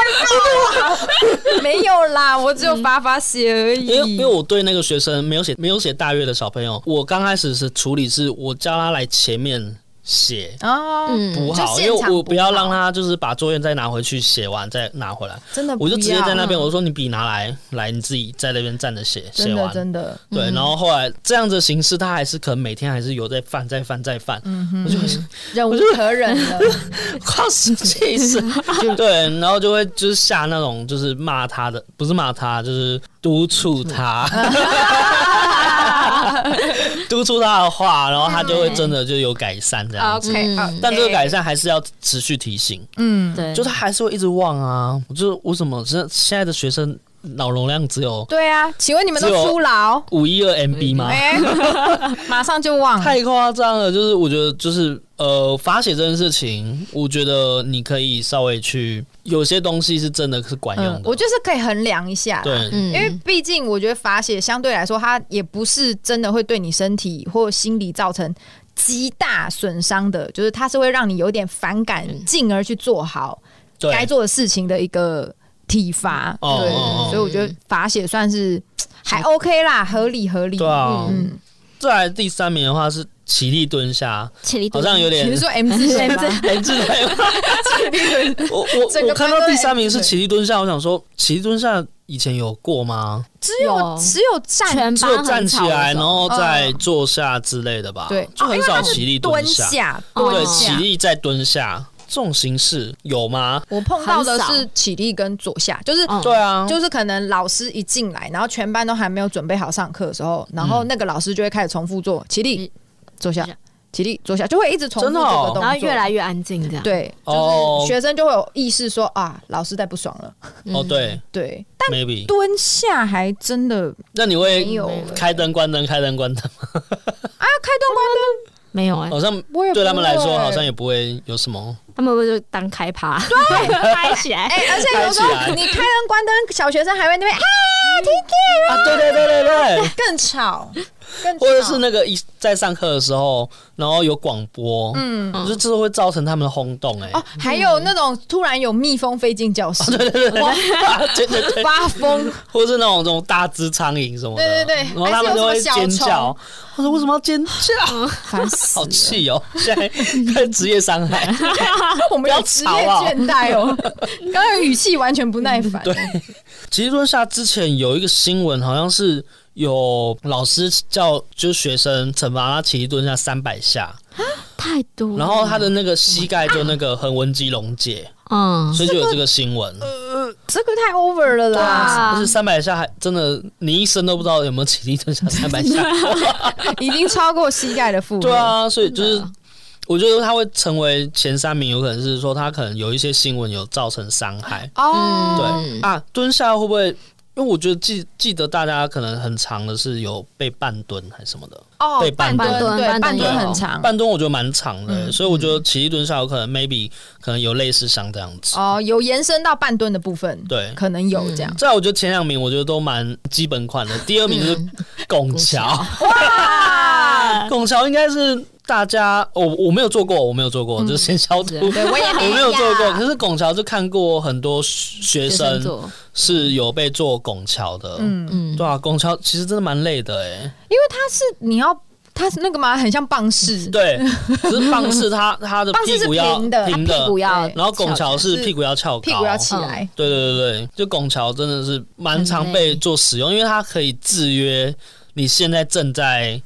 没有啦，我只有发发泄而已。因为因为我对那个学生没有写没有写大约的小朋友，我刚开始是处理是我叫他来前面写哦，嗯，补好，就因现为场我补不要好让他就是把作业再拿回去写完再拿回来，真的不我就直接要在那边我说你笔拿来，来你自己在那边站着写写真的完。真的，对，然后后来这样的形式，他还是可能每天还是有在犯，在犯，在犯，嗯我就会忍无可忍 了。靠死气 死，对，然后就会就是下那种就是骂他的，不是骂他，就是督促他， 督促他的话，然后他就会真的就有改善这样 子。 OK，嗯但这个改善还是要持续提醒，嗯，对，就他还是会一直忘啊。我就是我怎么现现在的学生脑容量只有对啊，请问你们都只有出牢？五一二 MB 吗？哎， 马上就忘了。太夸张了，就是我觉得就是呃，罚写这件事情，我觉得你可以稍微去，有些东西是真的是管用的。嗯，我啊就是可以衡量一下啦。对，嗯，因为毕竟我觉得罚写相对来说，它也不是真的会对你身体或心理造成极大损伤的，就是它是会让你有点反感，进而去做好嗯对，该做的事情的一个体罚。哦对哦哦，所以我觉得罚写算是还 OK 啦，合理合理。对啊。嗯，再来第三名的话是起立蹲下，起立好像有你点 是。说 M 字形吗？哎，这台湾我整我个我看班到都第在三名是对起立蹲下，我想说起立蹲下以前有过吗？只有有只有站全只有班站很起吵的来，时然候后再坐下之类的吧，嗯对，就哦因很为少它是起立蹲下，下，哦对，蹲起下。立再蹲下这种形式有吗？我碰到的很是起立跟左下，就是嗯对啊，就是可能老师一进来，然后全班都还没有准备好上课的时候，然后那个老师就会开始重复做起立嗯、坐下坐下、起立、坐下，就会一直重复这真的哦个动作，然后越来越安静这样，对，就哦是学生就会有意识说啊，老师在不爽了。嗯哦，对对，但，maybe。蹲下还真的啊那你没会有欸开灯、关灯、开灯、关灯，啊，开灯关没有哎，好像灯，我也不对他们来说会好像也不会有什么。他们会就当开趴， 对，拍起来哎，，而且有开起时候来你开灯关灯，小学生还会那边 啊，啊，对对对对 对，更吵，更吵或者是那个一在上课的时候，然后有广播，嗯，就是这会造成他们的轰动，哎，哦，还有那种突然有蜜蜂飞进教室，哦对对对 对对对，发 疯，或是那种这种大只苍蝇什么的，对对对然后他们都会尖叫，我说为什么要尖叫？烦死好了。气哦，现在开始职业伤害， 我们有职业倦怠 哦，刚刚语气完全不耐烦。啊对，其实论下之前有一个新闻，好像是有老师叫就是学生惩罚他起立蹲下三百下，太多了，然后他的那个膝盖就那个横纹肌溶解，嗯，所以就有这个新闻。呃这个太 over 了啦，啊但是三百下还真的，你一生都不知道有没有起立蹲下三百下。已经超过膝盖的负荷。啊对，啊，所以就是。我觉得他会成为前三名，有可能是说他可能有一些新闻有造成伤害。哦，对啊，蹲下会不会？因因为我觉得记记得大家可能很长的是有被半蹲还是什么的，哦对，半蹲蹲对半半蹲蹲有很长，半蹲我觉得蛮长的、嗯所以我觉得起立蹲下有可能 maybe 可能有类似像这样子。哦，有延伸到半蹲的部分，对嗯可能有这样。再来我觉得前两名我觉得都蛮基本款的，第二名嗯就是拱桥， 哇，拱桥应该是大家我我没有做过，我没有做过，就是先消毒。嗯啊对我也 我没有做过，可是拱桥就看过很多学学生生做，是有被做拱桥的，嗯，嗯，对啊，拱桥其实真的蛮累的哎、因为它是你要，它是那个嘛，很像棒式，对，只是棒式它它的棒式屁是股要平的它平屁股要，然后拱桥是是屁股要翘高，屁股要起来。对对对对，就拱桥真的是蛮常被做使用，因为它可以制约你现在正在哦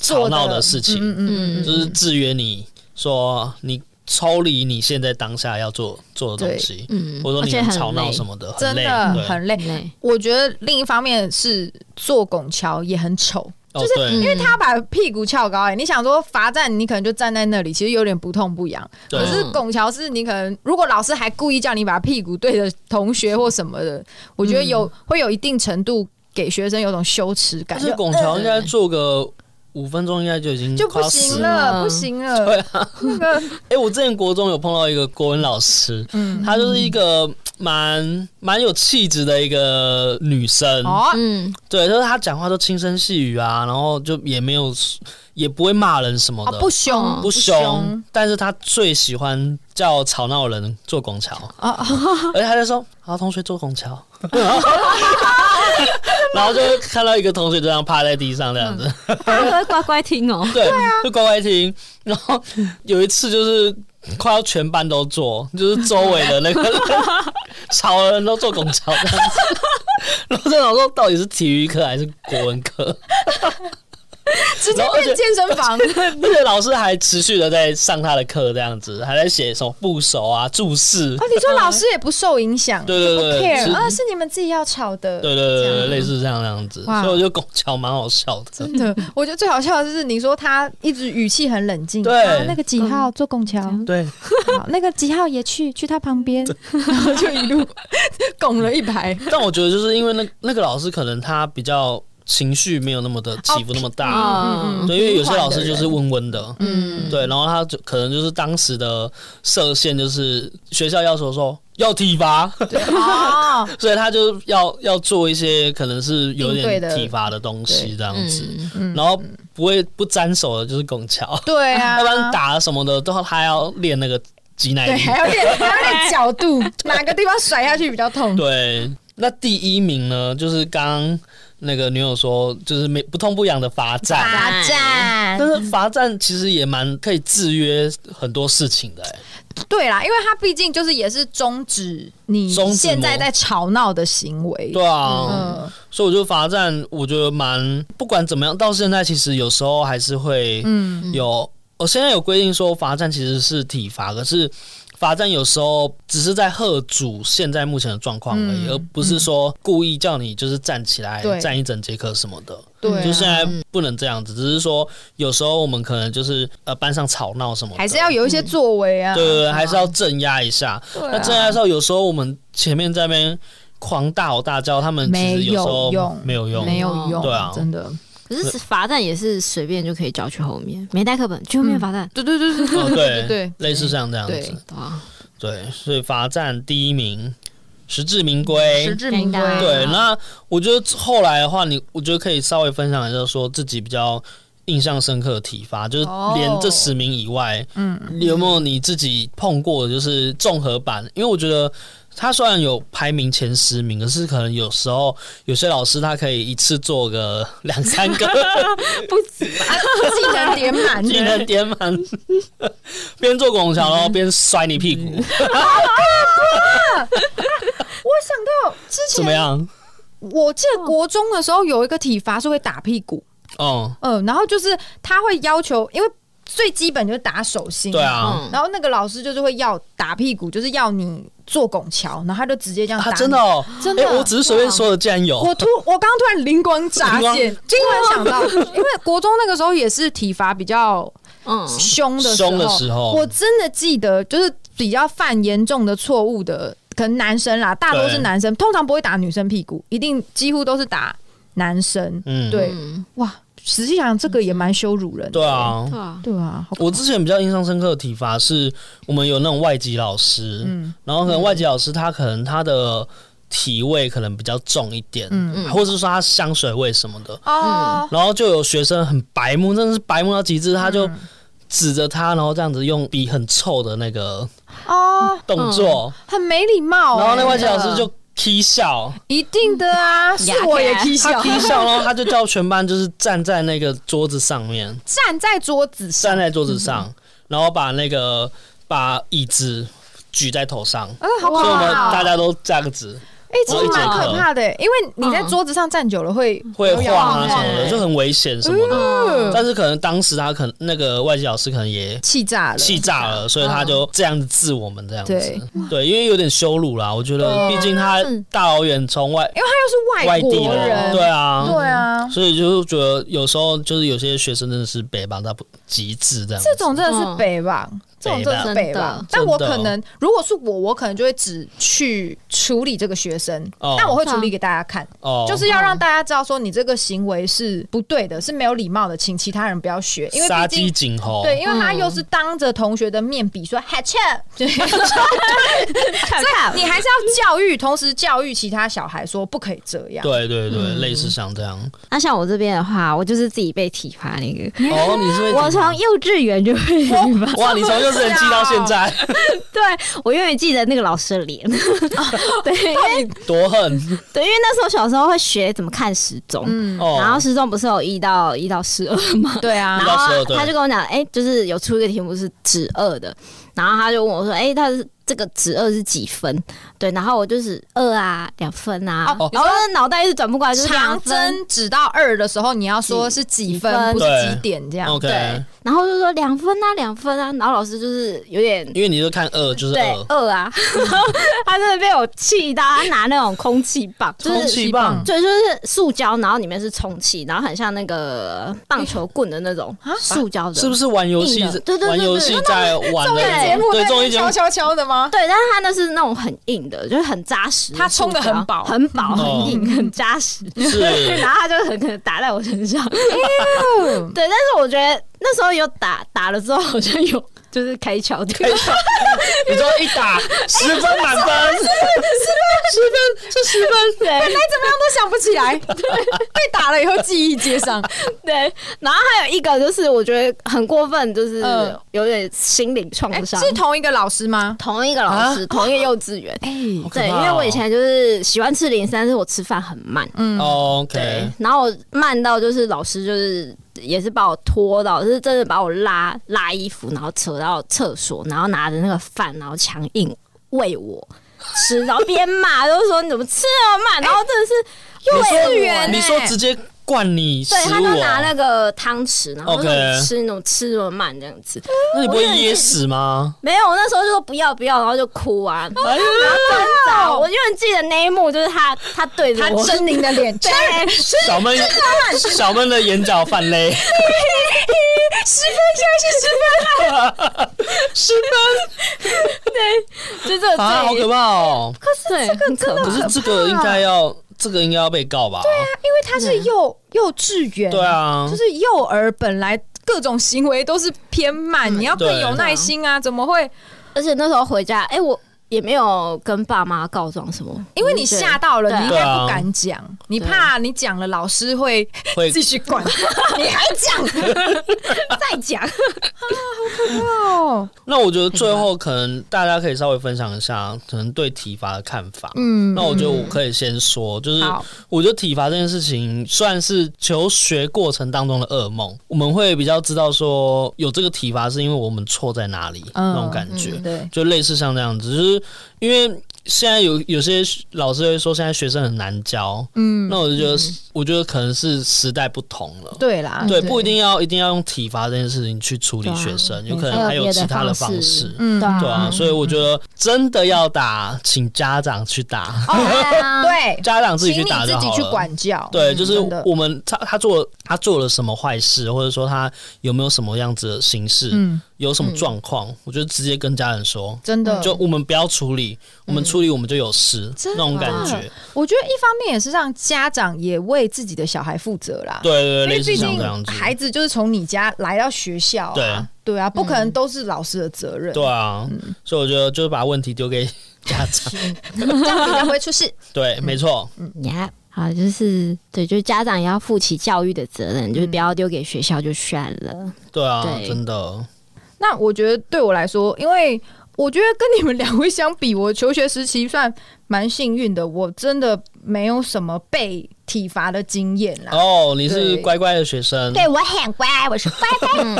吵做闹的的事情，嗯嗯就嗯，是制约你说你抽离你现在当下要做做的东西，嗯，或者说而你且很很吵闹累什么的，很真累，的对很累。累，我觉得另一方面是做拱桥也很丑，哦就是对因为他把屁股翘高、欸，你想说罚站，你可能就站在那里，其实有点不痛不痒。对可是拱桥是你可能，如果老师还故意叫你把屁股对着同学或什么的，我觉得有、嗯会有一定程度给学生有种羞耻感，但就是拱桥应该做个五分钟，应该就已经就快不要死行了。嗯了，不行 了。对啊，那个哎、我之前国中有碰到一个国文老师，嗯，她就是一个蛮蛮有气质的一个女生，哦，嗯，对，就是她讲话都轻声细语啊，然后就也没有也不会骂人什么哦的，不凶，嗯不凶凶，但是她最喜欢叫吵闹的人做拱 桥，哦哦， 而且她就说好同学做拱桥， 然后就看到一个同学就这样趴在地上这样子。，大家都会乖乖听哦嗯 对，啊就乖乖听。然后有一次就是快要全班都做，就是周围的那个吵的人都做拱桥这样子。 然后在想说，到底是体育课还是国文课？直接然后而且变健身房，而且老师还持续的在上他的课，这样子还在写什么部首啊、注释。哦，你说老师也不受影响，对对对不对是 care 啊，是你们自己要吵的，对对对这对，样类似这样这样子，哇所以我觉得拱桥蛮好笑的。真的，我觉得最好笑的是你说他一直语气很冷静，对啊那个几号坐拱桥，对，好那个几号也去去他旁 边，然后就一路 拱了一排。但我觉得就是因为那那个老师可能他比较情绪没有那么的起伏那么大，嗯嗯对，因为有些老师就是温温的，嗯，对，然后他就可能就是当时的设限就是学校要求说要体罚，哦，所以他就要要做一些可能是有应对点的体罚的东西这样子，嗯，然后不会不沾手的就是拱桥， 对啊， 要不然打什么的都他要练那个肌耐对，力。还要练还要练角度， 哪个地方甩下去比较痛？对，那第一名呢，就是刚刚那个女友说，就是没不痛不痒的罚站。罚站但，是罚站其实也蛮可以制约很多事情的、欸，对啦，因为他毕竟就是也是终止你终止吗现在在吵闹的行为。对啊，嗯，所以我觉得罚站，我觉得蛮不管怎么样，到现在其实有时候还是会嗯有，我、现在有规定说罚站其实是体罚，可是罚站有时候只是在喝阻现在目前的状况而已，嗯而不是说故意叫你就是站起来对站一整节课什么的。对啊，就现在不能这样子，只是说有时候我们可能就是呃班上吵闹什么的，还是要有一些作为啊。对对对，还是要镇压一下。对啊那镇压的时候，有时候我们前面在那边狂大吼大叫，他们其实有时候没有没有用用，没有用，对啊真的，可是罚站也是随便就可以叫去后面，没带课本去后面罚站，对对对对哦，对 对，类似像这样对子，对啊，对，所以罚站第一名，实至名归。至名归对，啊那我觉得后来的话，你我觉得可以稍微分享一下，说自己比较印象深刻的体罚，就是哦连这十名以外，嗯，你有没有你自己碰过的就是综合版？因为我觉得他虽然有排名前十名，可是可能有时候有些老师他可以一次做个两三个技能点满，技能点满，边做拱桥然后边摔你屁股，我想到之怎么前，样？我记得国中的时候有一个体罚是会打屁股，哦，嗯，然后就是他会要求，因为最基本就是打手心，对，啊，嗯，然后那个老师就是会要打屁股，就是要你做拱桥，然后他就直接这样啊，打你，真的哦，真哎的，，我只是随便说的，竟然有我突我刚刚突然灵光乍 灵光现，突然想到，因为国中那个时候也是体罚比较嗯，凶的凶的时候我真的记得，就是比较犯严重的错误的可能男生啦，大多是对男生，通常不会打女生屁股，一定几乎都是打男生。嗯，对，嗯哇，实际上这个也蛮羞辱人的。对，啊。对啊，对啊，好我之前比较印象深刻的体罚是，我们有那种外籍老师，嗯然后可能外籍老师他可能他的体味可能比较重一点，嗯或者是说他香水味什么的，哦，然后就有学生很白目，真的是白目到极致，他嗯就指着他，然后这样子用笔很臭的那个哦，动作，很没礼貌欸。然后那外籍老师就。踢笑，一定的啊，是我也踢他笑，踢笑，然后他就叫全班就是站在那个桌子上面，站在桌子上站，在桌子上，然后把那个把椅子举在头上，啊，好可所以我们怕大家哦！都这样子，哎，其实蛮可怕的，因为你在桌子上站久了会会有晃啊晃什么欸的，就很危险什么的。嗯但是可能当时他可能那个外籍老师可能也气炸了，气炸了，所以他就这样子治我们这样嗯对嗯子，对，因为有点羞辱啦。我觉得，毕竟他大老远从外因为他又是外地国人，人，对啊，对啊，所以就是觉得有时候就是有些学生真的是北吧，他不极致这样子。这种真的是北吧。这种真的是北北吧吧，真的但我可能如果是我，我可能就会只去处理这个学生，哦但我会处理给大家看，哦，就是要让大家知道说你这个行为是不对的，是没有礼貌的，请其他人不要学，因为杀毕鸡竟儆猴，对，因为他又是当着同学的面比说 hatch，对，所以你还是要教育，同时教育其他小孩说不可以这样。对对对，类似像这样。那像我这边的话，我就是自己被体罚那个。 哦，你是被我从幼稚园就被体罚，哇，你从幼稚园记到现在， 对我永远记得那个老师的脸， 对，因为 多恨对，因为那时候小时候会学怎么看时钟，嗯，哦。然后时钟不是有一到一到十二吗？对啊然，到12后对他就跟我讲，哎、就是有出一个题目是指二的，然后他就问我说，哎、他是这个指二是几分？对，然后我就是二啊，两分啊，哦然后那脑袋一直转不过来，就是两长分，针指到二的时候，你要说是几分，几不分是几点这样。 OK，然后就说两分啊，两分啊，然后老师就是有点。因为你就看二就是对二，二啊，他真的被我气到，他拿那种空气棒，就空是气棒对，就是塑胶，然后里面是充气，然后很像那个棒球棍的那种啊塑胶的，是不是玩游戏硬的对对对玩游戏在玩综艺的节目对综艺在节目悄悄悄的吗？对，但是它那是那种很硬的，就是很扎实的塑胶，它冲得很饱很饱，哦很硬，很扎实。是 然后它就很可能打在我身上。对，但是我觉得那时候有打打了之后，好像有 就是开窍掉。你说一打十分满分，本来怎么样都想不起 来，被打了以后记忆接 上。对，然后还有一个就是我觉得很过分，就是嗯有点心灵创哎，伤。是同一啊个老师吗？同一个老师，同一个幼稚园。哎好可 对，因怕为我哦嗯以前就是喜欢吃零食，但是我吃饭很慢。对哦 OK，，然后我慢到就是老师就是也是把我拖到，就是真的把我拉拉衣服，然后扯到厕所，然后拿着那个饭，然后强硬喂我吃，然后边骂，就是说你怎么吃那么慢，然后真的是哎你幼说稚园你欸说直接灌你食对，他物就拿那哦，个汤匙，然后就说 OK 你吃那种吃那么慢这样子，那你不会噎死 吗？没有，我那时候就说不要不要，然后就哭啊，然后挣扎。我永远记得那一幕，就是他他对着他我，哎狰狞的脸，对，小闷小闷的眼角泛 泪，十就这个分啊，好可最怕哦！对，很可可怕。是这个应该要这个应该要被告吧？因为他是幼幼稚园，对啊就，是幼儿本来各种行为都是偏慢，你要更有耐心啊，怎么会？而且那时候回家，哎、我也没有跟爸妈告状什么，因为你吓到对了，啊你应该不敢讲，你怕你讲了老师会会继续管，你还 讲啊再 讲，哦，那我觉得最后可能大家可以稍微分享一下，可能对体罚的看法。嗯那我觉得我可以先说，就是好我觉得体罚这件事情算是求学过程当中的噩梦。我们会比较知道说有这个体罚是因为我们错在哪里、嗯那种感觉，对，就类似像这样子，就是因为现在有有些老师会说现在学生很难教，嗯，那我就觉得、我觉得可能是时代不同了。嗯对啦，对，不一，定要一定要用体罚这件事情去处理对啊学生，有没可能错还有别的其他的方方式式。嗯对啊对啊，所以我觉得真的要打，请家长去 打，对啊，对，家长自己去哦请你打就自好己了。去管教。嗯对，就是真的我们他他做他做了什么坏事，或者说他有没有什么样子的形式，嗯，有什么状况，我就直接跟家人说，真的，就我们不要处理，我们处理我们就有事、嗯真那种感的觉。我觉得一方面也是让家长也为自己的小孩负责啦。对对对，因为类似毕像竟这样子，孩子就是从你家来到学校、啊，对对啊，不可能都是老师的责任，对啊，嗯所以我觉得就是把问题丢给家长，这样比较不会出事。对，没错，呀、好，就是对，就是家长也要负起教育的责任，就是不要丢给学校就算了。对啊，对真的， 那我觉得对我来说，因为我觉得跟你们两位相比，我求学时期算蛮幸运的，我真的没有什么被体罚的经验啦。哦，你是对乖乖的学生，对我很乖，我是乖 乖乖乖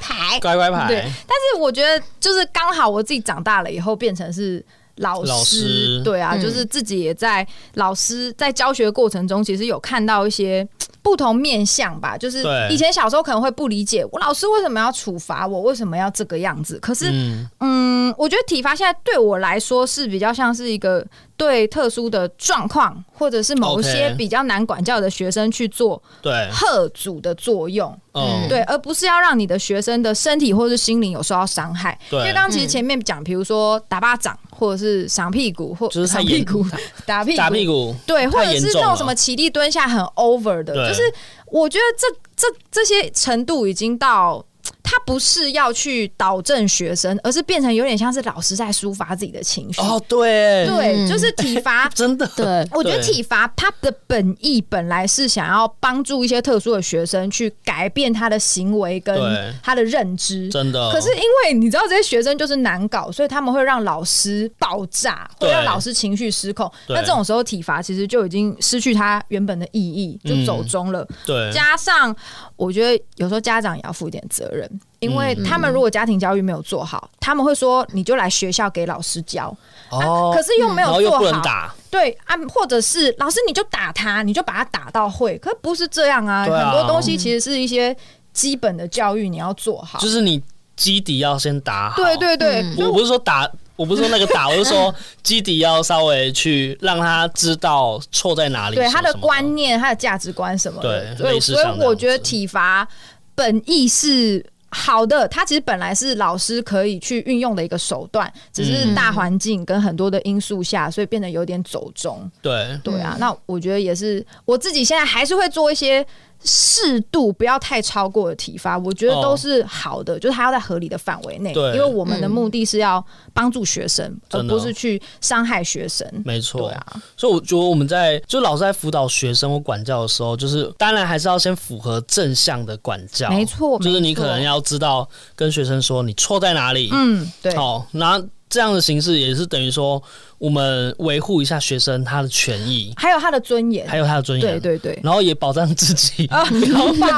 牌。乖乖嗯对牌，但是我觉得就是刚好我自己长大了以后变成是。老师老师对啊，就是自己也在老师在教学过程中，其实有看到一些嘖不同面向吧。就是对以前小时候可能会不理解，我老师为什么要处罚我，为什么要这个样子？可是嗯，嗯，我觉得体罚现在对我来说是比较像是一个对特殊的状况，或者是某一 OK 些比较难管教的学生去做对，贺阻的作用，嗯，对，而不是要让你的学生的身体或是心灵有受到伤害。因为对刚，刚其实前面讲，比如说打巴掌，或者是赏屁股，或就是太赏屁严股， 打屁股，打屁股，对，或太者严是重那种了什么起立蹲下很 over 的，对就是我觉得这这这些程度已经到。他不是要去导正学生，而是变成有点像是老师在抒发自己的情绪。哦，对，。对，嗯就是体罚真的，对，我觉得对体罚它的本意本来是想要帮助一些特殊的学生去改变他的行为跟对他的认知。真的，可是因为你知道这些学生就是难搞，所以他们会让老师爆炸，会对让老师情绪失控。对那这种时候体罚其实就已经失去它原本的意义，就嗯走中了。对，加上我觉得有时候家长也要负一点责任，因为嗯他们如果家庭教育没有做好，他们会说你就来学校给老师教，哦，啊可是又没然有后又做不好能。打，对啊，或者是老师你就打他，你就把他打到会，可不是这样啊，对啊很多东西其实是一些基本的教育你要做好。就是你基底要先打好，对对对，我我不是说打，我不是说那个打，我是说基底要稍微去让他知道错在哪里什对么什他么。的观念、他的价值观什么的，对所以类似所像以这样我子觉得体罚本意是。好的，它其实本来是老师可以去运用的一个手段，只嗯是大环境跟很多的因素下，所以变得有点走中。对对啊，那我觉得也是，我自己现在还是会做一些适度，不要太超过的体罚，我觉得哦都是好的，就是它要在合理的范围内，对嗯因为我们的目的是要帮助学生，而真的哦不是去伤害学生。没对错。啊，所以我觉得我们在就老师在辅导学生或管教的时候，就是当然还是要先符合正向的管教，没错就是你没错可能要知道跟学生说你错在哪里，嗯，对，好，那这样的形式也是等于说我们维护一下学生他的权益，还有他的尊严，还有他的尊严，对 对对，然后也保障自己， 啊，保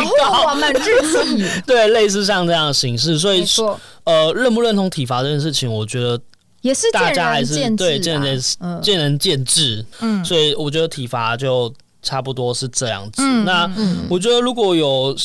护我们自己， 对，类似像这样的形式，所以没错，呃，认不认同体罚这件事情，我觉得也是大见家还仁是见智、啊，对见仁嗯见仁见智，嗯所以我觉得体罚就差不多是这样子。嗯那嗯我觉得如果有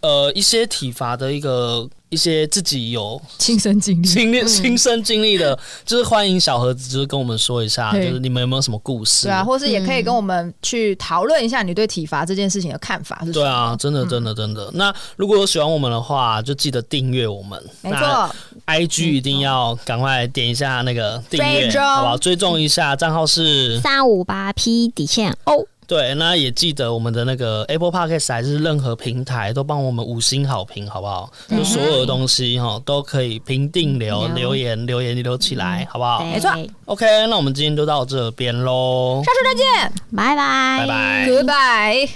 呃一些体罚的一个一些自己有亲身经历，经历亲身经历的，就是欢迎小盒子，就是跟我们说一下，就对是你们有没有什么故事？对啊，或是也嗯可以跟我们去讨论一下你对体罚这件事情的看法是什对么？嗯啊，真的，真的，真的。那如果有喜欢我们的话，就记得订阅我们。没错， IG 一定要赶快点一下那个订追阅，踪好不好？追踪一下，账号是三五八 P 底线 O，对，那也记得我们的那个 Apple Podcast 还是任何平台都帮我们五星好评，好不好？就所有的东西哈都可以评定留嗯留言留言留起来，好不好对没错？OK，那我们今天就到这边喽，下次再见拜拜，拜拜。 ，Goodbye。